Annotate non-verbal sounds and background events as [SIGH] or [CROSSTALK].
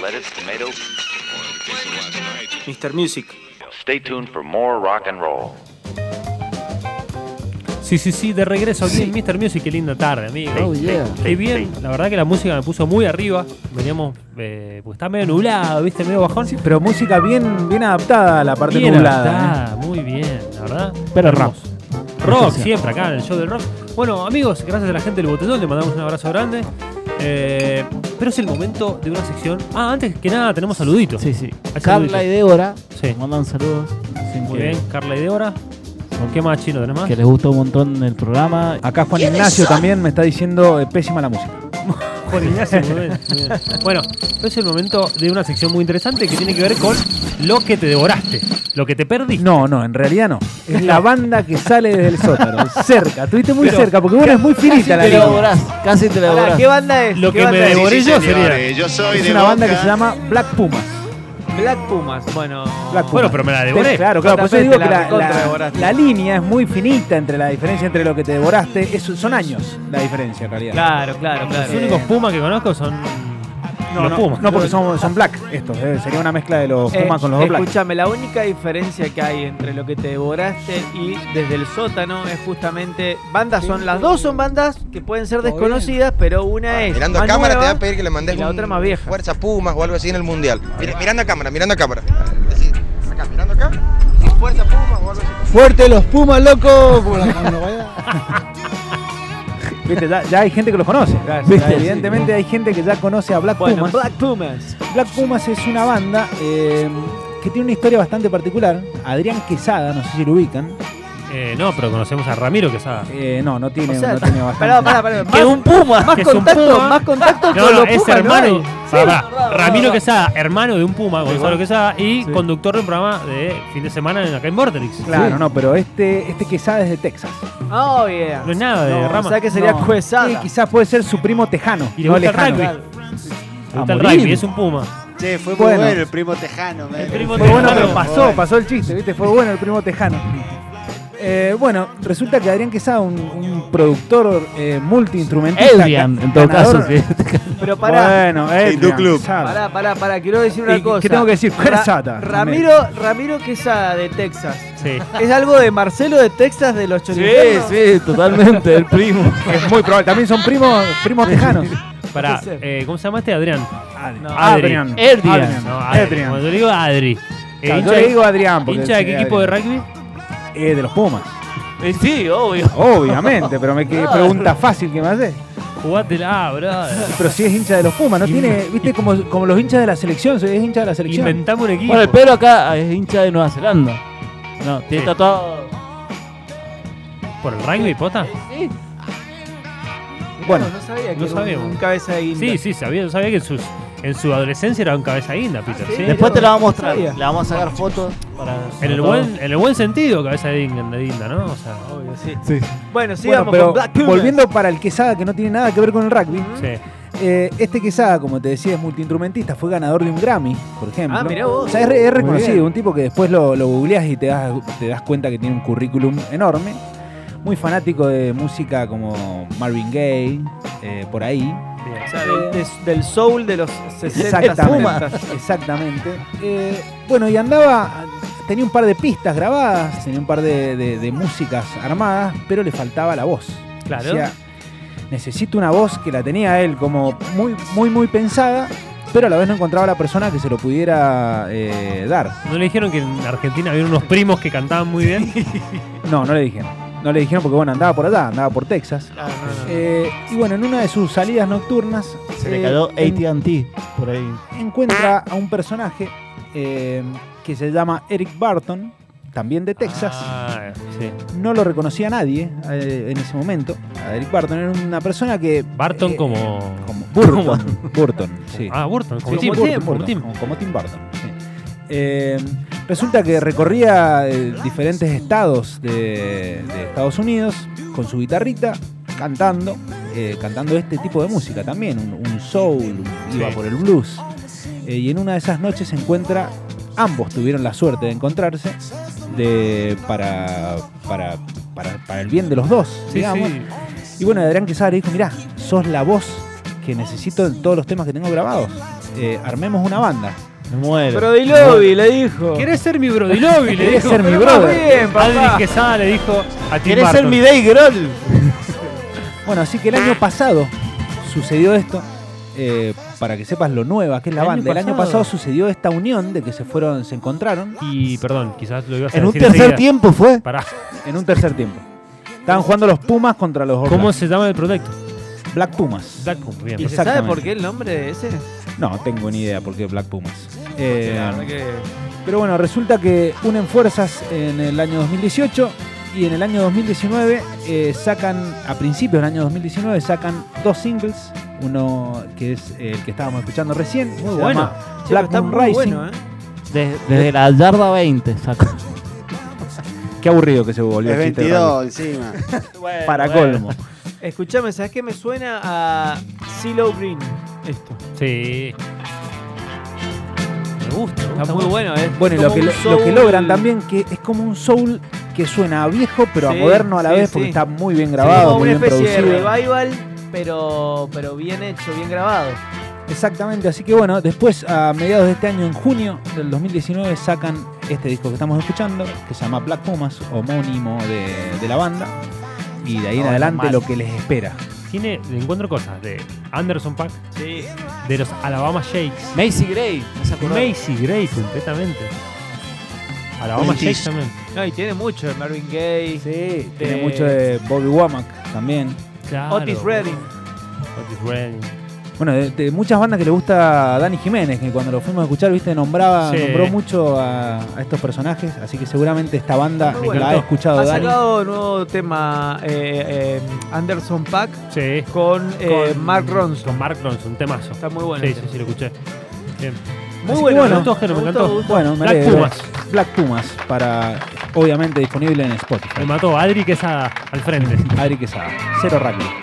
lettuce, tomato. Mr. Music. Stay tuned for more rock and roll. Sí, sí, sí, de regreso aquí en Mr. Music, qué linda tarde, amigo. Oh, yeah. Estoy bien, la verdad que la música me puso muy arriba. Veníamos, eh, porque está medio nublado, viste, medio bajón. Sí, pero música bien, bien adaptada a la parte Bien nublada. ¿eh? adaptada, muy bien, la verdad. Pero Hermoso. Rock, Esencial. siempre acá en el show del rock. Bueno, amigos, gracias a la gente del Botellón, le mandamos un abrazo grande. Eh, pero es el momento de una sección. Ah, antes que nada, tenemos saluditos. Sí, sí. Hay Carla y Débora Sí. nos mandan saludos. dicen Muy que- bien, Carla y Débora. ¿Con qué más chino tenés más? Que les gustó un montón el programa. Acá Juan Ignacio también me está diciendo eh, pésima la música. Juan Ignacio, muy bien, muy bien. Bueno, es el momento de una sección muy interesante que tiene que ver con lo que te devoraste, lo que te perdiste. No, no, en realidad no. Es la banda que sale desde el sótano. Cerca, estuviste muy cerca, porque bueno, es muy finita la Te la línea. devorás, casi te la devorás. ¿Qué banda es? Lo ¿Qué que me banda es? devoré yo sería. Yo soy Es de una banda que Boca. se llama Black Pumas. Black Pumas. Bueno, Black Pumas. Bueno, pero me la devoré. Claro, claro, por eso digo Totalmente, que la la, recontra la- devoraste. la línea es muy finita entre la diferencia entre lo que te devoraste. Es- son años la diferencia en realidad. claro, claro, claro. Los únicos pumas que conozco son No, los no, pumas. no, porque son, son black estos. eh, sería una mezcla de los Eh, Pumas con los dos black. Escúchame, la única diferencia que hay entre lo que te devoraste y desde el sótano es justamente bandas son las dos son bandas que pueden ser desconocidas, pero una es Ah, Mirando a más cámara te va nueva a pedir que le mandes y la otra más vieja. Fuerza Pumas o algo así en el mundial. Mira- mirando a cámara, mirando a cámara. Decís, acá, mirando acá. decís, Fuerza Pumas o algo así. Fuerte los Pumas, loco. Viste, ya, ya hay gente que los conoce. ya- ya Viste, sí, evidentemente hay gente que ya conoce a Black Bueno, Pumas. Black Pumas. Black Pumas es una banda eh, que tiene una historia bastante particular. Adrián Quesada, no sé si lo ubican. Eh, no, pero conocemos a Ramiro que sabe. Eh, no, no tiene, O sea, no tiene bastante. Pará, pará, pará. Que un Puma. [LAUGHS] Más que es un contacto, puma. más contacto No, con no, los es pumas, hermano. ¿no? hay. pará, verdad, Ramiro verdad. Quesada, hermano de un puma, Gonzalo bueno. Quesada, y Sí. conductor de un programa de fin de semana en- acá en Vorterix. Claro, no, pero este, este Quesada es de Texas. Oh, yeah. No es nada de No, rama. O sea que sería No. Quesada. Sí, quizás puede ser su primo tejano. Y le no gusta el lejano. rugby. A Le gusta el morir. rugby, es un puma. Che, fue Bueno. muy bueno el primo tejano. man. primo Fue bueno, Tejano. pero pasó, pasó el chiste, ¿viste? Fue bueno el primo tejano. Eh, bueno, resulta que Adrián Quesada, un, un productor eh, multiinstrumentista. Adrian, ga- en todo ganador- caso. que- Pero pará, Bueno, Adrián Hindú Club. Quesada. pará, pará, pará, quiero decir una ¿Y qué cosa. tengo que decir? Ra- Quesada. Ramiro, Ramiro Quesada de Texas. Sí. Ah. ¿Es algo de Marcelo de Texas de los Sí, choriceros? sí, totalmente, el primo. Es muy probable. También son primos, primos tejanos. Ah, Pará, Puede ser. eh, ¿cómo se llama este? Adrián. Adrián. Adrián. Adrian. No, Adri. Adrián. Cuando le digo Adri. Eh, Claro, hincha yo le de- digo Adrián. porque ¿Hincha de sí, qué equipo de Adrián. rugby? Eh, de los Pumas. Eh, Sí, obvio. Obviamente, pero me [LAUGHS] qué pregunta fácil que me haces. Jugátela, brother. Pero si es hincha de los Pumas, no tiene, viste, como, como los hinchas de la selección, si es hincha de la [LAUGHS] selección. Inventamos un equipo. Bueno, el Pedro acá es hincha de Nueva Zelanda. No, tiene Sí. tatuado. ¿Por el rugby, pota? Sí. Bueno, no sabía que no era un- sabíamos. un cabeza de guinda. Sí, sí, sabía, yo sabía que en, sus, en su adolescencia era un cabeza guinda, Peter. ¿sí? Después te la vamos a mostrar. Sabía. Le vamos a sacar fotos. Para En el, buen, en el buen sentido, cabeza de guinda, de guinda, ¿no? O sea, Obvio, sí. Sí. Bueno, bueno, sigamos pero con Black Pumas. volviendo para el Quesada, que no tiene nada que ver con el rugby. sí. eh, este Quesada, como te decía, es multiinstrumentista, fue ganador de un Grammy, por ejemplo. Ah, mirá vos. O sea, es, re- es bien. reconocido, un tipo que después lo, lo googleás y te das, te das cuenta que tiene un currículum enorme. Muy fanático de música como Marvin Gaye, eh, por [LAUGHS] ahí. O sea, del, des- del soul de los 60 Exactamente. 70. Exactamente. Eh, bueno, y andaba. Tenía un par de pistas grabadas, tenía un par de, de- de músicas armadas, pero le faltaba la voz. Claro. Decía, necesito una voz que la tenía él como muy, muy, muy pensada, pero a la vez no encontraba la persona que se lo pudiera eh, dar. ¿No le dijeron que en Argentina había unos primos que cantaban muy bien? No, no le dijeron. No le dijeron porque, bueno, andaba por allá, andaba por Texas. Ah, no, no, no. Eh, y bueno, en una de sus salidas nocturnas. Se le eh, cayó en- ATT por ahí. encuentra a un personaje eh, que se llama Eric Barton, también de Texas. Ah, sí. No lo reconocía nadie eh, en ese momento. A Eric Barton era una persona que. Barton eh, como... como [LAUGHS] Burton. Burton, sí. Ah, Burton, como Sí, Tim. Burton, como Burton, Tim. como- como Tim Burton, sí. Eh, resulta que recorría eh, diferentes estados de, de Estados Unidos con su guitarrita, cantando, eh, cantando este tipo de música también, un, un soul, un- iba Sí. por el blues. Eh, y en una de esas noches se encuentra, ambos tuvieron la suerte de encontrarse, de, para, para, para, para el bien de los dos, Sí, digamos. sí. Y bueno, Adrián Quesada le dijo, mirá, sos la voz que necesito en todos los temas que tengo grabados. eh, armemos una banda. Me muero. Prodilobi le dijo. ¿Querés ser mi brodilobi? Le ¿Querés dijo. ser mi Pero brother? más bien, papá. Aldrin Quesada le dijo a Tim ¿Querés ser Burton. mi Dave Grohl? Bueno, así que el año pasado sucedió esto. eh, para que sepas lo nueva que es la El año banda. El año pasado. pasado sucedió esta unión de que se fueron, se encontraron Y perdón, quizás lo ibas a En un decir tercer enseguida. tiempo fue. Pará. en un tercer tiempo. Estaban jugando los Pumas contra los ¿Cómo Oblak- se llama el proyecto? Black Pumas. Black Pump, bien. ¿Y se sabe Exactamente. por qué el nombre de ese? No, tengo ni idea por qué Black Pumas. Eh, La verdad que- Pero bueno, resulta que unen fuerzas en el año 2018 y en el año 2019 eh, sacan, a principios del año 2019, sacan dos singles. Uno que es eh, el que estábamos escuchando recién, muy bueno. Che, pero Black está Moon muy Rising. bueno, ¿eh? De- desde la yarda 20 sacó. Qué aburrido que se volvió Es el chiste de 22 encima. Eh, Randy. Para bueno. colmo. Escuchame, ¿sabes qué me suena a CeeLo Green? Esto. Sí. Me gusta, me gusta Está muy mucho. bueno, ¿eh? Bueno, y Como lo que, un lo que soul- logran también que es como un soul que suena a viejo pero Sí, a moderno a la sí, vez porque sí. está muy bien Es grabado, como muy una bien especie de producido. revival, pero, pero bien hecho, bien grabado. Exactamente, así que bueno, después a mediados de este año, en junio del 2019, sacan este disco que estamos escuchando, que se llama Black Pumas, homónimo de, de la banda, y de ahí en No, adelante mal. lo que les espera. Tiene, le encuentro cosas de Anderson Pack, Sí. de los Alabama Shakes, Macy Gray. ¿no se de acordó? Macy Gray completamente. Alabama British. Shakes también. No, y tiene mucho de Marvin Gaye, Sí, de- tiene mucho de Bobby Womack también. Claro. Otis Redding. Otis Redding. Bueno, de, de muchas bandas que le gusta a Dani Jiménez, que cuando lo fuimos a escuchar, viste, nombraba, Sí. nombró mucho a, a estos personajes, así que seguramente esta banda Muy la bueno. ha escuchado Ha Dani. sacado un nuevo tema eh, eh, Anderson Pack Sí. con, eh, Mark Ronson. Con Mark Ronson, un temazo. Está muy bueno. sí, ese. sí, sí, lo escuché. Bien. Así Muy que bueno, bueno, me encantó, Jero, me me encantó. gustó, Bueno, me Black alegro. Pumas. Black Pumas, para, obviamente disponible en Me Spotify. mató Adri, que es a- al frente. Adri Quesada, cero rugby.